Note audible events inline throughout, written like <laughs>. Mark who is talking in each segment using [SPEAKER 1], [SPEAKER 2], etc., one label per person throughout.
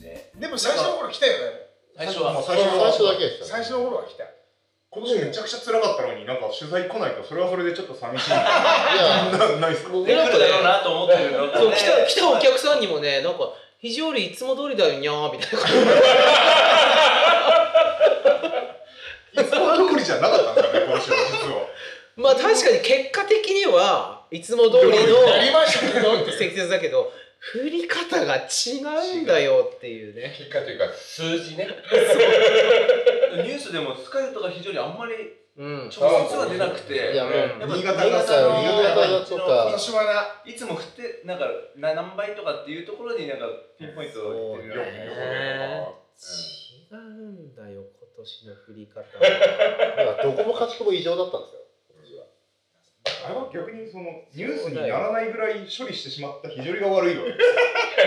[SPEAKER 1] 最初の頃来たよね
[SPEAKER 2] 最
[SPEAKER 3] 最
[SPEAKER 2] 初
[SPEAKER 3] 初は
[SPEAKER 2] は
[SPEAKER 3] 最初
[SPEAKER 4] 最初だけでした
[SPEAKER 1] 最
[SPEAKER 4] ね
[SPEAKER 1] 初の頃は来た
[SPEAKER 3] 今年めちゃくちゃ辛かったのになんか取材来ないとそれはそれでちょっと寂しいみたいななないっすか
[SPEAKER 4] 僕
[SPEAKER 2] 迷
[SPEAKER 4] なん
[SPEAKER 2] 惑
[SPEAKER 4] かね
[SPEAKER 2] だろうなと思ってるよ
[SPEAKER 4] そう来た来たお客さんにもねなんか肘折いつも通りだよにゃーみたいな感じ
[SPEAKER 3] いつも通りじゃなかったんですよね今週は実は
[SPEAKER 4] まあ確かに結果的にはいつも通り
[SPEAKER 1] やり
[SPEAKER 4] の
[SPEAKER 1] ましたけどっていう
[SPEAKER 4] <laughs> 積雪だけど振り方が違うんだよっていうね
[SPEAKER 1] 結果というか数字ね
[SPEAKER 2] ニュースでもスカイとか非常にあんまり
[SPEAKER 4] うん
[SPEAKER 2] 直接は出なくて
[SPEAKER 4] いやも
[SPEAKER 1] うん
[SPEAKER 4] う
[SPEAKER 2] やっぱ
[SPEAKER 3] 新
[SPEAKER 4] 新
[SPEAKER 3] 潟が
[SPEAKER 4] 潟
[SPEAKER 3] さ
[SPEAKER 4] の
[SPEAKER 3] 新
[SPEAKER 4] 新
[SPEAKER 3] 潟が
[SPEAKER 4] 潟と
[SPEAKER 1] 今
[SPEAKER 4] か
[SPEAKER 1] 年はない
[SPEAKER 2] つも振ってなんかな何倍とかっていうところになんかピンポイントを言ってるよ
[SPEAKER 3] よくよ
[SPEAKER 2] うな
[SPEAKER 3] く
[SPEAKER 4] 違うんだよ今年の振り方は <laughs>
[SPEAKER 3] なんかど
[SPEAKER 4] ど
[SPEAKER 3] こ
[SPEAKER 4] こ
[SPEAKER 3] も
[SPEAKER 4] もかしこも異常だったんですよ
[SPEAKER 3] あれは逆にそのニュースにならないぐらい処理してしまった非常にが悪いわけです
[SPEAKER 1] だ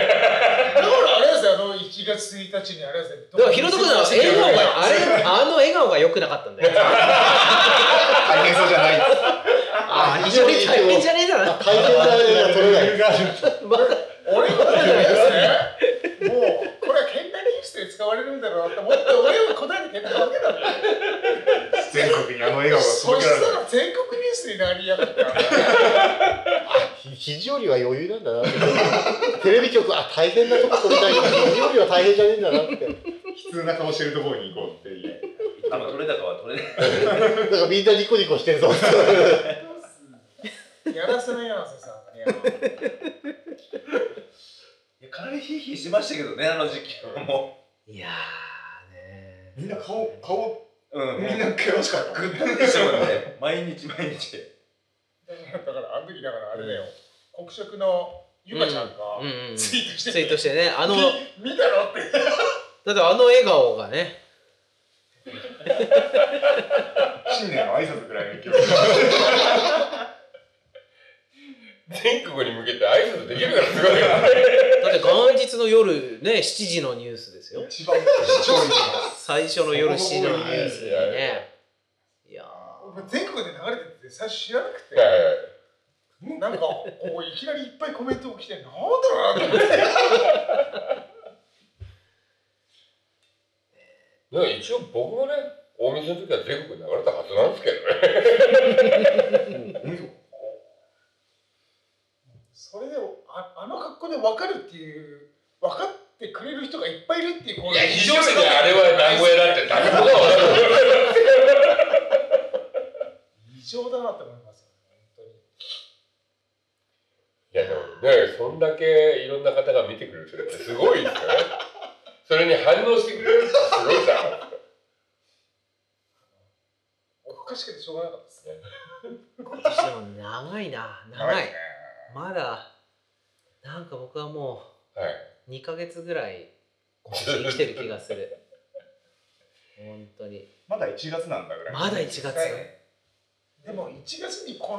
[SPEAKER 1] からあれですよあの1月1日にあれですよ
[SPEAKER 4] だからひろと君の笑顔があれあの笑顔が良くなかったんだよ
[SPEAKER 3] 大変そうじゃない
[SPEAKER 4] ああ非常に大変じゃねえだな
[SPEAKER 3] 大変だね取れない
[SPEAKER 4] まだ
[SPEAKER 1] 俺のことじゃないですねもうこれはケンタニュースで使われるんだろうなって思って俺は答えてケンタだけだった
[SPEAKER 3] 全国にあの笑顔が
[SPEAKER 1] そ
[SPEAKER 3] 届
[SPEAKER 1] し
[SPEAKER 3] けられ
[SPEAKER 1] たら全国ニュースになりやがったから
[SPEAKER 4] 肘折は余裕なんだなテレビ局あ大変なとこ撮りたいけど肘折は大変じゃねえんだなって
[SPEAKER 3] る普通な顔してるところに行こうっていう
[SPEAKER 2] 多分取れ高は取れない
[SPEAKER 4] だからみんなニコニコしてるぞ
[SPEAKER 1] やらせないやらせさんね
[SPEAKER 2] いやかなりヒーヒーしましたけどねあの時期はも
[SPEAKER 4] いやーね
[SPEAKER 3] みんな顔顔
[SPEAKER 2] ううん
[SPEAKER 3] みんな険しかった
[SPEAKER 2] グッドでしょうね毎日毎日
[SPEAKER 1] だからだからあの時だからあれだよ黒色のゆかちゃんが
[SPEAKER 4] うんうんうん
[SPEAKER 1] ツイートして
[SPEAKER 4] ツイートしててねあのだって
[SPEAKER 1] み見たろって
[SPEAKER 4] あの笑顔がね
[SPEAKER 3] 新年の挨拶ぐらいの勢い
[SPEAKER 5] 全国に向けて挨拶できるからすごいよ
[SPEAKER 4] だって元日の夜ね7時のニュースですよ
[SPEAKER 3] 一番視聴率が
[SPEAKER 4] 最初の夜7時のニュースに
[SPEAKER 5] いやいやい
[SPEAKER 4] ねいや
[SPEAKER 1] 俺全国で流れてて最初知らなくて
[SPEAKER 5] はいはい
[SPEAKER 1] なんかこういきなりいっぱいコメントが来てなんだろうなと思って
[SPEAKER 5] でも一応僕もね大水の時は全国に流れたはずなんですけどね
[SPEAKER 1] それでああの格好で分かるっていう分かってくれる人がいっぱいいるっていうこう
[SPEAKER 5] にあれは名古屋だって誰もが分かる
[SPEAKER 1] 異常だなって思いますよ本
[SPEAKER 5] いやでもねそんだけいろんな方が見てくれる人ってすごいですよねそれに反応してくれるってすごいさ
[SPEAKER 1] 当におかしくてしょうがなかったですね
[SPEAKER 4] 今年でも長いな長い
[SPEAKER 3] ね
[SPEAKER 4] まだなんか僕はも
[SPEAKER 5] はいう
[SPEAKER 4] 2ヶ月ぐらい今年生きてる気がする本当に
[SPEAKER 3] まだ1月なんだぐらい
[SPEAKER 4] まだ1月
[SPEAKER 1] でも1月にこ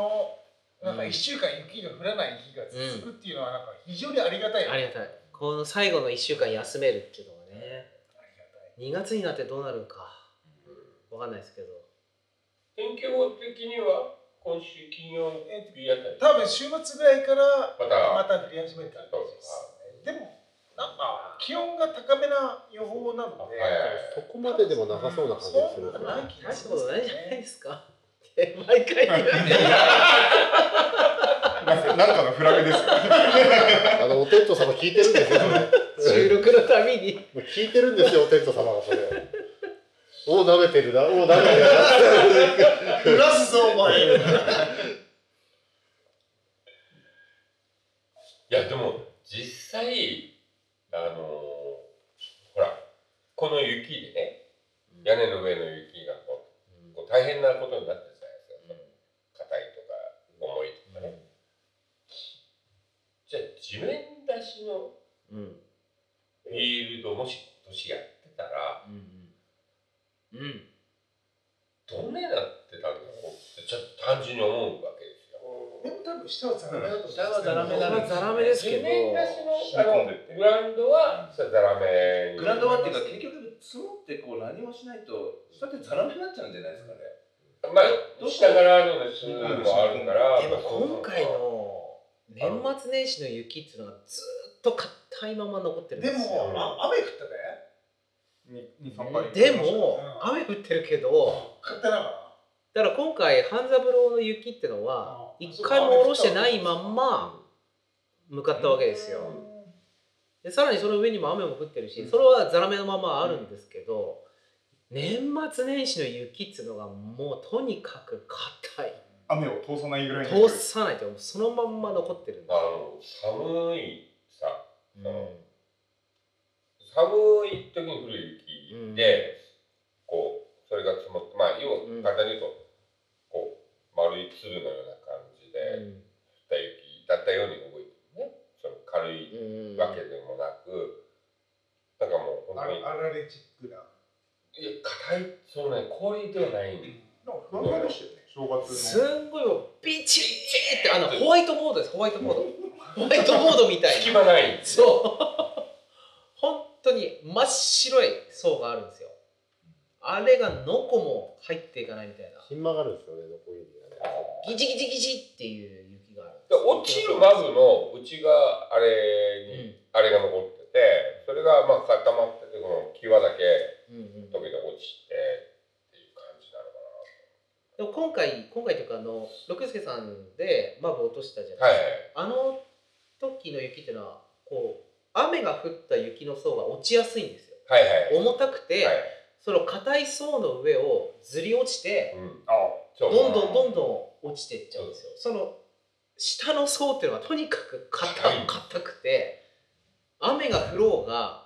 [SPEAKER 1] のなんか1週間雪が降らない日が続くっていうのはなんか非常にありがたい、
[SPEAKER 4] あ
[SPEAKER 1] あり
[SPEAKER 4] りがたいこの最後の1週間休めるっていうのがね2月になってどうなるかわかんないですけど
[SPEAKER 5] 天気予報的には今週金曜日あた
[SPEAKER 1] がたい多
[SPEAKER 5] り
[SPEAKER 1] 分週末ぐらいから
[SPEAKER 5] ま
[SPEAKER 1] ま
[SPEAKER 5] た
[SPEAKER 1] た降り始めたんですねでもなんか気温が高めな予報なので、
[SPEAKER 5] はい
[SPEAKER 3] そこまででもなさそうな感じがする
[SPEAKER 1] そんなない気が
[SPEAKER 4] 大
[SPEAKER 1] し
[SPEAKER 4] した
[SPEAKER 1] ま
[SPEAKER 4] こ
[SPEAKER 1] す
[SPEAKER 4] と
[SPEAKER 1] けど
[SPEAKER 4] ないじゃない
[SPEAKER 1] ね
[SPEAKER 4] ですか毎回言う
[SPEAKER 3] <laughs> なんかのフラグですよ
[SPEAKER 6] あのお天道様聞いてるんですよ、
[SPEAKER 4] 収録のたびに
[SPEAKER 6] それ聞いてるんですよお天道様がそれおお舐めてるなおお舐めてるな
[SPEAKER 4] <laughs>
[SPEAKER 3] 揺らすぞお前
[SPEAKER 5] いやでも実際あのーほらこの雪でね屋根の上の雪がこうこう大変なことになってるじゃないですか硬いとか重いとかね、じゃあ地面出しの
[SPEAKER 4] うんうん
[SPEAKER 5] フィールドもし今年やってたら
[SPEAKER 4] うんうん
[SPEAKER 5] どんなになってたんだろうってちょっと単純に思うわけですよ
[SPEAKER 1] でも多分下はザラメだと思います
[SPEAKER 2] 下はザラメだ
[SPEAKER 4] まあザラメですけ
[SPEAKER 5] 地
[SPEAKER 4] ど
[SPEAKER 5] 面出しのあ
[SPEAKER 3] 染み込ん
[SPEAKER 5] の
[SPEAKER 3] でって
[SPEAKER 5] グラウンドはそれザラメに
[SPEAKER 2] グラウンドはっていうか結局積もってこう何もしないと下ってザラメになっちゃうんじゃないですかね
[SPEAKER 5] まあ下からのねスープもあるから
[SPEAKER 4] で
[SPEAKER 5] まあ
[SPEAKER 4] も今回の年末年始の雪っていうのがずっと硬いまま残ってるん
[SPEAKER 1] で
[SPEAKER 4] ですよ
[SPEAKER 1] もあ雨降ったね
[SPEAKER 2] にに3倍
[SPEAKER 4] でも雨降ってるけど
[SPEAKER 1] 勝手なか
[SPEAKER 4] だから今回半三郎の雪ってのは
[SPEAKER 1] あ
[SPEAKER 4] 一回も下ろしてないまんま向かったわけ
[SPEAKER 1] ら
[SPEAKER 4] ですよでさらにその上にも雨も降ってるしそれはザラメのままあるんですけど年末年始の雪っていうのがもうとにかく硬い
[SPEAKER 3] 雨を通さないぐらいの
[SPEAKER 4] 通さないとそのまんま残ってるんだ
[SPEAKER 5] あの寒いさ
[SPEAKER 4] うん
[SPEAKER 5] う寒い時に降る雪で、こうそれが積もってまあ要は
[SPEAKER 4] うん
[SPEAKER 5] 簡単に言うと、こう丸い粒のような感じで降った雪だったように動いてるねその軽い
[SPEAKER 4] うん
[SPEAKER 5] わけでもなく、なんかもう
[SPEAKER 1] ア
[SPEAKER 5] 本当にいや
[SPEAKER 1] ラレチックな
[SPEAKER 5] 硬いそのね氷ではないんで
[SPEAKER 3] なんかふわふわでしたよね正月
[SPEAKER 4] す
[SPEAKER 3] の
[SPEAKER 4] んごいもうビチーってあのホワイトボードですホワイトボードホワイトボードみたい
[SPEAKER 5] 隙
[SPEAKER 4] な
[SPEAKER 5] 間ないんですよ
[SPEAKER 4] そう本当に真っ白い層があるんですよあれがのこも入っていかないみたいな
[SPEAKER 6] ひん曲がるんですよね、ノコギリがね。
[SPEAKER 4] ギチギチギチっていう雪があるんです
[SPEAKER 5] で落ちるマブのうちがあれ
[SPEAKER 4] うん
[SPEAKER 5] に、あれが残っててそれがまあ固まっててこの際だけ
[SPEAKER 4] うんうん
[SPEAKER 5] 溶けて落ちてっていう感じな
[SPEAKER 4] でも
[SPEAKER 5] のかな
[SPEAKER 4] 今回今回というかあの六輔さんでマブ落としたじゃないですか、あ
[SPEAKER 5] はい
[SPEAKER 4] の時の雪っていうのはこう雨が降った雪の層が落ちやすいんですよ
[SPEAKER 5] はいはい
[SPEAKER 4] 重たくて、
[SPEAKER 5] はい
[SPEAKER 4] その硬い層の上をずり落ちて
[SPEAKER 5] うん
[SPEAKER 3] あ
[SPEAKER 5] そ
[SPEAKER 4] ど
[SPEAKER 5] うん
[SPEAKER 4] どんどんどん落ちていっちゃうんですよその下の層っていうのはとにかく硬
[SPEAKER 5] 硬い
[SPEAKER 4] 硬くて雨が降ろうが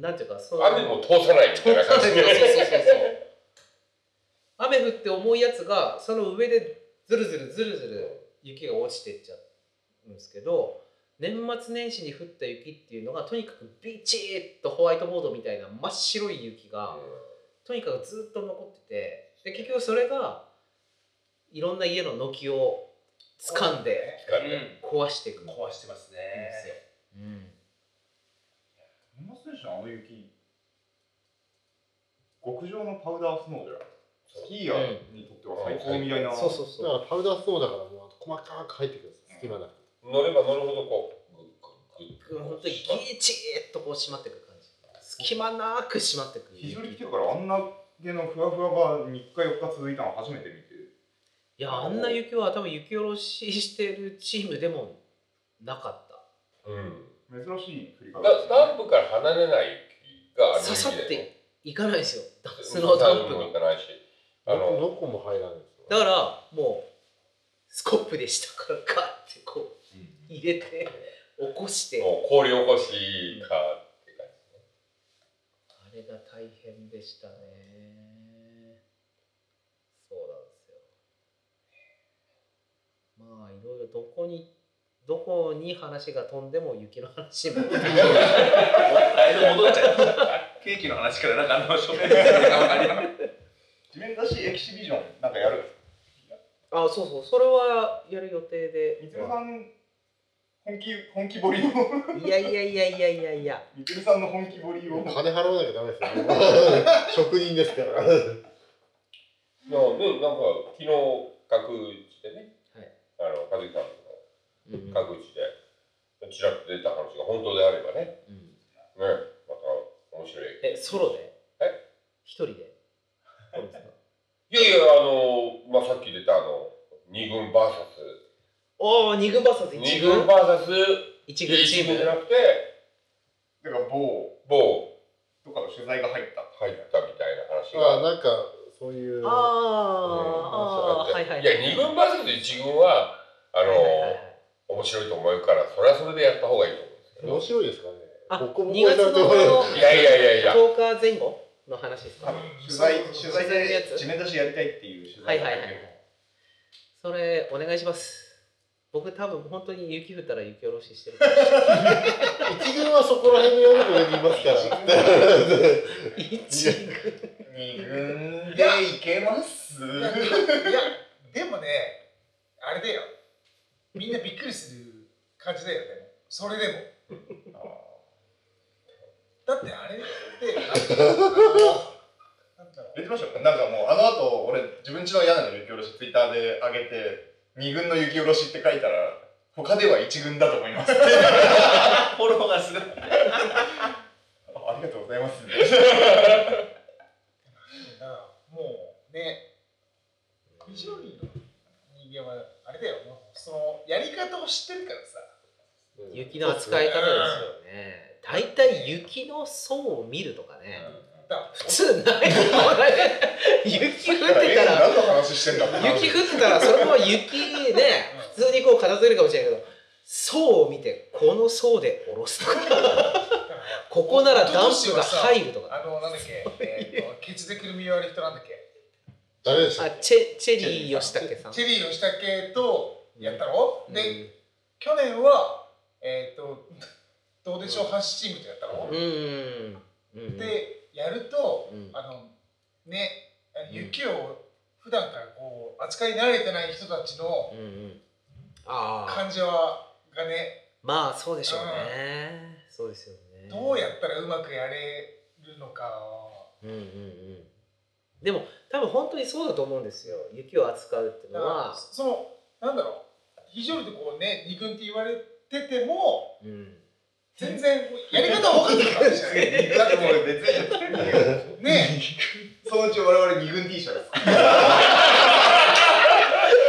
[SPEAKER 4] なんていうかその
[SPEAKER 5] 雨も通さないみたいな感じで
[SPEAKER 4] そうそうそうそう雨降って重いやつがその上でずるずるずるずる雪が落ちてっちゃうんですけど年末年始に降った雪っていうのがとにかくビチッとホワイトボードみたいな真っ白い雪がとにかくずっと残っててで結局それがいろんな家の軒を掴んで壊していくんで
[SPEAKER 2] 壊してますね
[SPEAKER 4] すよ。うん
[SPEAKER 3] 年末年始のあの雪極上のパウダースノーじゃんスキーヤーにとっては最高みたいな、
[SPEAKER 4] そうそう
[SPEAKER 6] だから
[SPEAKER 4] そう
[SPEAKER 6] パウダースノーだからもう細かく入ってくるんです、隙間なく。
[SPEAKER 5] 乗れば乗るほどこうグッグッグッ
[SPEAKER 4] 本当にギチッとこう締まっていく感じ隙間なく締まっていく
[SPEAKER 3] 非常に来てからあんな毛のふわふわが3日4日続いたの初めて見て
[SPEAKER 4] いやあんな雪は多分雪下ろししてるチームでもなかった
[SPEAKER 5] うん
[SPEAKER 3] 珍しい振り
[SPEAKER 5] だ
[SPEAKER 3] 方ですね
[SPEAKER 5] ダンプから離れない雪があの
[SPEAKER 4] 刺さっ
[SPEAKER 5] 雪で
[SPEAKER 4] ていかないですよダンス
[SPEAKER 5] ス
[SPEAKER 4] の
[SPEAKER 5] ノー
[SPEAKER 4] ダ
[SPEAKER 5] ダ
[SPEAKER 4] ン
[SPEAKER 5] ン
[SPEAKER 4] プ
[SPEAKER 5] プ
[SPEAKER 4] が
[SPEAKER 5] も行かないしあ
[SPEAKER 6] ノ
[SPEAKER 5] の
[SPEAKER 6] ノコも入らないんですよ。
[SPEAKER 4] だからもうスコップで下からガッてこう入れて起こして
[SPEAKER 5] もう氷起こしかって感じね
[SPEAKER 4] あれが大変でしたねそうなんですよまあいろいろどこにどこに話が飛んでも雪の話になって
[SPEAKER 2] だいぶ戻っちゃいましたケーキの話からなんかあの書 <laughs> 面が
[SPEAKER 3] 地面出しエキシビジョンなんかやる
[SPEAKER 4] <laughs> あそうそうそれはやる予定で
[SPEAKER 3] みつるさん本気本気掘りを <laughs>
[SPEAKER 4] いやいやいやいやいやいや
[SPEAKER 3] みつるさんの本気掘り
[SPEAKER 6] もう
[SPEAKER 3] を
[SPEAKER 6] 金払わなきゃダメですよ。もう <laughs> 職人ですから。
[SPEAKER 5] いやねなんか昨日各地でね、
[SPEAKER 4] はい
[SPEAKER 5] あの和樹さんの
[SPEAKER 4] うん
[SPEAKER 5] 各地でちらっと出た話が本当であればね
[SPEAKER 4] うん
[SPEAKER 5] ねまた面白い
[SPEAKER 4] えソロで
[SPEAKER 5] え
[SPEAKER 4] 一人でそうですか
[SPEAKER 5] いやいやあの、まあ、さっき出たあの二軍 VS
[SPEAKER 4] おお二軍バス
[SPEAKER 5] 二
[SPEAKER 4] 一
[SPEAKER 5] 軍
[SPEAKER 4] 軍
[SPEAKER 5] VS
[SPEAKER 4] 一軍チ
[SPEAKER 5] 一
[SPEAKER 4] ー
[SPEAKER 5] 軍じゃ
[SPEAKER 4] ム
[SPEAKER 5] なくて
[SPEAKER 3] だから某
[SPEAKER 5] 某
[SPEAKER 3] とかの取材が入った
[SPEAKER 5] 入ったみたいな話
[SPEAKER 6] ああ、
[SPEAKER 5] が
[SPEAKER 6] なんか、そういう。
[SPEAKER 4] あああ
[SPEAKER 5] うん
[SPEAKER 4] ーはいはい
[SPEAKER 5] いや二軍 VS 一軍はあの、
[SPEAKER 4] はいはいはいはい
[SPEAKER 5] 面白いと思うからそれはそれでやった方がいいと思うんですけど
[SPEAKER 6] 面白いですかね。
[SPEAKER 4] あ
[SPEAKER 6] ボコボコ
[SPEAKER 4] 2
[SPEAKER 6] にな
[SPEAKER 4] 月
[SPEAKER 6] ると
[SPEAKER 4] の
[SPEAKER 5] いやいやいやいや
[SPEAKER 4] 10日前後の話です
[SPEAKER 3] 多
[SPEAKER 4] か
[SPEAKER 3] 分取材
[SPEAKER 1] そ
[SPEAKER 3] 取材
[SPEAKER 1] う
[SPEAKER 4] 取材のや
[SPEAKER 3] で
[SPEAKER 4] つ
[SPEAKER 3] 地面出しやりたいっていう取
[SPEAKER 4] は
[SPEAKER 3] 材
[SPEAKER 4] い
[SPEAKER 3] が
[SPEAKER 4] はい
[SPEAKER 3] 入
[SPEAKER 4] はい
[SPEAKER 3] っ
[SPEAKER 4] は
[SPEAKER 3] て
[SPEAKER 4] いそれお願いします僕多分本当に雪降ったら雪下ろししてる
[SPEAKER 6] 一軍はそこら辺のやる上にいますから。
[SPEAKER 4] 一軍
[SPEAKER 3] る二軍でいけます
[SPEAKER 1] いやでもねあれだよみんなびっくりする感じだよねそれでもだってあれってあのなんだろう
[SPEAKER 3] 出てましたよなんかもうあの後俺自分ちの屋根の雪下ろしツイッターで上げて二軍の雪下ろしって書いたら他では一軍だと思いますあ
[SPEAKER 2] フォローがすごい
[SPEAKER 3] ありがとうございます
[SPEAKER 1] 知ってるからさ
[SPEAKER 4] 雪の扱い方ですよね。大体雪の層を見るとかね。
[SPEAKER 1] だ
[SPEAKER 4] 普通ないよね。雪降ってたら、
[SPEAKER 3] 何の話してんだってなる
[SPEAKER 4] 雪降ってたら、それも雪ね、普通にこう片付けるかもしれないけど、層を見て、この層で下ろすとか、ここならダンプが入るとか。
[SPEAKER 1] あのなんだっけ、えー、とケツでくるみ割る人なんだっけ
[SPEAKER 6] 誰でした
[SPEAKER 4] あ
[SPEAKER 6] っ、け
[SPEAKER 4] チェチェリー吉武さん。
[SPEAKER 1] チェリー吉武とやったろ、
[SPEAKER 4] うん
[SPEAKER 1] で、去年はえっ、とどうでしょう阪神チームとやったろ、
[SPEAKER 4] うん。うん、
[SPEAKER 1] でやると、
[SPEAKER 4] うん
[SPEAKER 1] あのねあの雪を普段からこう扱い慣れてない人たちの
[SPEAKER 4] うんうん、ああ、
[SPEAKER 1] 感じはがね
[SPEAKER 4] まあそうでしょうね。そうですよね。
[SPEAKER 1] どうやったらうまくやれるのか
[SPEAKER 4] うんうんうん、でも多分本当にそうだと思うんですよ雪を扱うっていう
[SPEAKER 1] だ
[SPEAKER 4] の
[SPEAKER 1] から
[SPEAKER 4] は、
[SPEAKER 1] そのなんだろう非常にこうね二軍って言われてても
[SPEAKER 4] うん、
[SPEAKER 1] 全然やり方は分かって
[SPEAKER 3] <laughs>
[SPEAKER 1] るからね
[SPEAKER 3] だってもう別に
[SPEAKER 1] ね
[SPEAKER 3] <laughs> そのうち我々二軍 T シャ
[SPEAKER 1] <laughs>
[SPEAKER 3] ツ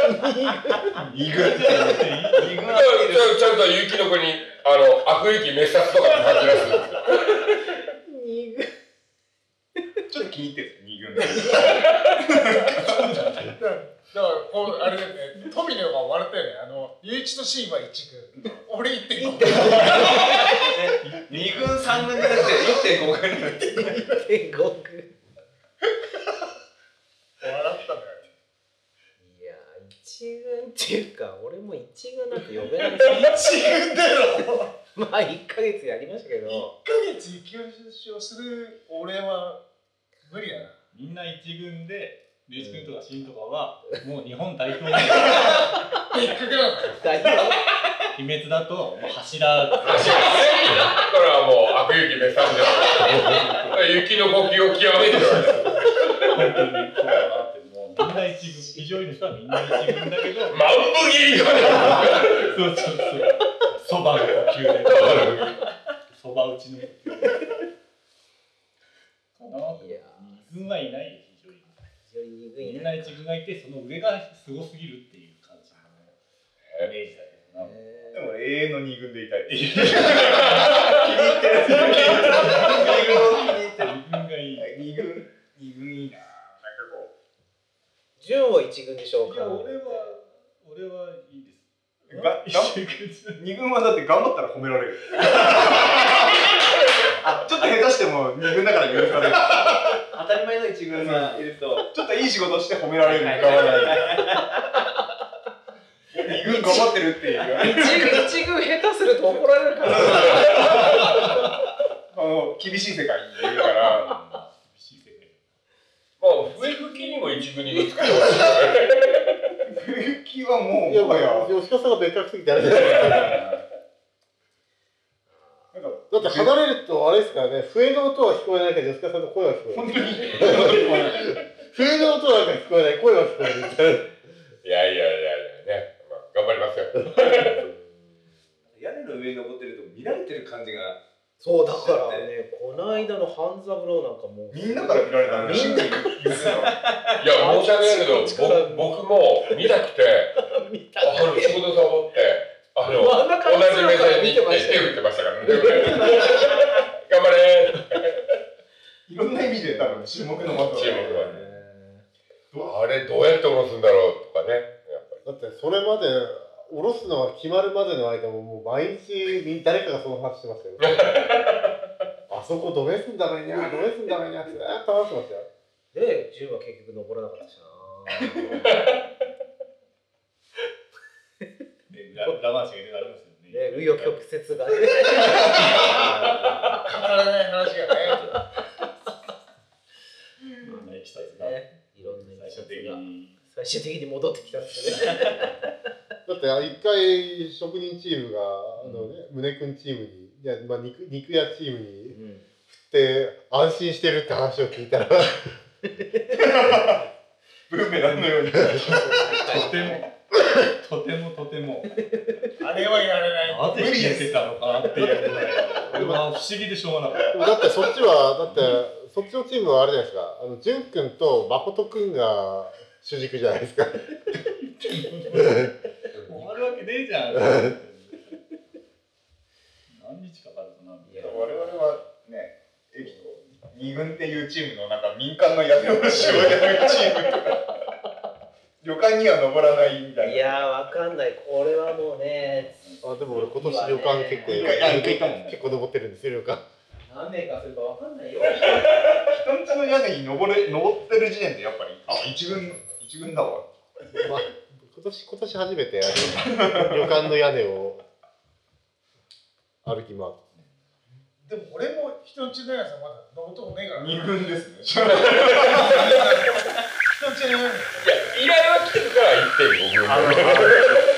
[SPEAKER 3] 二軍二軍二軍
[SPEAKER 5] ちゃんちゃんと雪の子にあの悪雪滅殺とかって書き出すんですよ。
[SPEAKER 3] ちょっと気に入ってるんですよ二軍
[SPEAKER 1] だからだからこうあれだよね富野が笑ったよねあの雄一とシンは一軍俺一点
[SPEAKER 2] 二軍三軍じゃなくて1.5軍になって
[SPEAKER 4] 天国
[SPEAKER 1] 笑ったんだよ
[SPEAKER 4] いや一軍っていうか俺も一軍なんて呼べない
[SPEAKER 1] 一軍だろ
[SPEAKER 4] <laughs> まあ1ヶ月やりましたけ
[SPEAKER 1] 1
[SPEAKER 4] ど
[SPEAKER 1] ヶ月雪押しをする俺は無理やな
[SPEAKER 7] みんな一軍で、龍一君とか新とかは、もう日本代
[SPEAKER 4] <laughs>
[SPEAKER 7] 表の
[SPEAKER 1] 引っ
[SPEAKER 7] <laughs>
[SPEAKER 1] 掛けなのよ
[SPEAKER 4] 代表
[SPEAKER 7] 秘密だと、もう柱、
[SPEAKER 5] だからもう悪雪滅殺じゃない。 <laughs> 雪の呼吸を極めてるわけです
[SPEAKER 4] <laughs>
[SPEAKER 5] よ。
[SPEAKER 7] 本当にそうだなって、もうみんな一軍、非常にの人はみんな一軍だけど、
[SPEAKER 5] 万武切りとかね
[SPEAKER 7] そうそうそう、そばの呼吸で、そば打ちの呼吸で。かなと
[SPEAKER 4] いや
[SPEAKER 7] 二軍はいないよ、非常に。
[SPEAKER 4] 非常に二軍い
[SPEAKER 7] みん
[SPEAKER 4] な
[SPEAKER 7] ない一軍がいて、その上がすごすぎるっていう感じのイメージだけどな。
[SPEAKER 4] ね
[SPEAKER 3] でも永遠の二軍でいたい
[SPEAKER 7] 二軍がいい。
[SPEAKER 3] 二軍二軍いいななんか
[SPEAKER 4] 潤は一軍でしょう
[SPEAKER 7] いや
[SPEAKER 4] か
[SPEAKER 7] 俺は俺はいいです。
[SPEAKER 3] が
[SPEAKER 7] 一週間
[SPEAKER 3] こう二軍はだって頑張ったら褒められるあちょっと下手しても二軍だから許される
[SPEAKER 2] 当たり前の一軍がいると
[SPEAKER 3] ちょっといい仕事して褒められるの変わらない二軍頑張ってるっていう
[SPEAKER 4] 一軍一軍下手すると怒られるから
[SPEAKER 3] あの厳しい世界にいるから <laughs>
[SPEAKER 7] 厳しい世界
[SPEAKER 5] まあ笛吹きにも一軍にぶつかるわ
[SPEAKER 3] 冬木はも
[SPEAKER 6] いうや
[SPEAKER 3] もはや
[SPEAKER 6] もう吉川さんが別格すぎてあれですよ
[SPEAKER 3] なんか
[SPEAKER 6] だって離れるとあれですからね笛の音は聞こえないけど吉川さんの声は聞こえ
[SPEAKER 3] 本
[SPEAKER 6] る
[SPEAKER 3] 当に
[SPEAKER 6] 笛の音はなんか聞こえない声は聞こえるみたいない
[SPEAKER 5] やいやいやいやね、まあ、頑張りますよ。
[SPEAKER 2] 屋根の上に登ってると見られてる感じが
[SPEAKER 4] そうだからねこの間の半三郎なんかもう
[SPEAKER 3] みんなから見られたんだよ
[SPEAKER 4] みん
[SPEAKER 3] な許せない
[SPEAKER 5] いや、申し訳ないけど、ぼ僕も見たくて、
[SPEAKER 4] 見た
[SPEAKER 5] あの仕事サボって、あの、
[SPEAKER 4] 真ん中
[SPEAKER 5] 同
[SPEAKER 4] の
[SPEAKER 5] じ目線に
[SPEAKER 4] 見て
[SPEAKER 5] 手
[SPEAKER 4] ましたよ
[SPEAKER 5] 振ってましたからね。頑張れー
[SPEAKER 3] いろんな意味で多分注目の的
[SPEAKER 5] 注
[SPEAKER 3] だ
[SPEAKER 5] 目
[SPEAKER 3] よ
[SPEAKER 5] はね。あれ、どうやって下ろすんだろうとかね。やっぱり
[SPEAKER 6] だってそれまで下ろすのが決まるまでの間ももう毎日みん誰かがその話してました <laughs> よあそこどめすんだめにゃどめすんだめにゃってずーっと話してましたよ
[SPEAKER 4] で、10は結局登らなかったし
[SPEAKER 7] で裏裏話がいろいろありますよね。
[SPEAKER 4] な。で、紆余曲折がね。
[SPEAKER 1] 変わらない話がね
[SPEAKER 7] いろんな一つが
[SPEAKER 4] ねいろんな
[SPEAKER 7] 最
[SPEAKER 4] 一
[SPEAKER 7] 終
[SPEAKER 4] 節
[SPEAKER 7] 的
[SPEAKER 4] が
[SPEAKER 7] に
[SPEAKER 4] 最終的に戻ってきたんですよね。
[SPEAKER 6] だってあ一回職人チームがあの、ね胸くんチームにいや、まあ、肉肉屋チームに振って安心してるって話を聞いたら <laughs>
[SPEAKER 3] ブーメランのように
[SPEAKER 7] とてもとてもとても
[SPEAKER 1] あれはやれない
[SPEAKER 7] なぜ引いてたのかなっていうぐらい俺は不思議でしょうがなかっ
[SPEAKER 6] だってそっちはだってそっちのチームはあれじゃないですかあの潤くんと誠くんが主軸じゃないですか
[SPEAKER 7] た。終わるわけけねえじゃん何日かかるかない
[SPEAKER 4] や
[SPEAKER 3] 我々はね、駅の二軍っていうチームのなんか民間の屋根をしをやるチームとか、旅館には登らないみたいな。
[SPEAKER 4] いやーわかんないこれはもうね
[SPEAKER 6] あでも俺今年旅館結構
[SPEAKER 3] いいわね
[SPEAKER 6] あ結構結構登ってるんですよ旅館
[SPEAKER 4] 何年かするかわかんないよ
[SPEAKER 3] 人んちの屋根に登れ登ってる時点でやっぱり、あ、一軍、一軍だわ。
[SPEAKER 6] まあ今年今年初めてあの旅館の屋根を歩き回っ
[SPEAKER 1] でも俺も人のちのやつはまだ登ったことねえから。
[SPEAKER 3] 二軍
[SPEAKER 1] <laughs>
[SPEAKER 3] ですね。
[SPEAKER 1] 人のちのやつ。
[SPEAKER 5] 依頼は来てるから行ってる僕も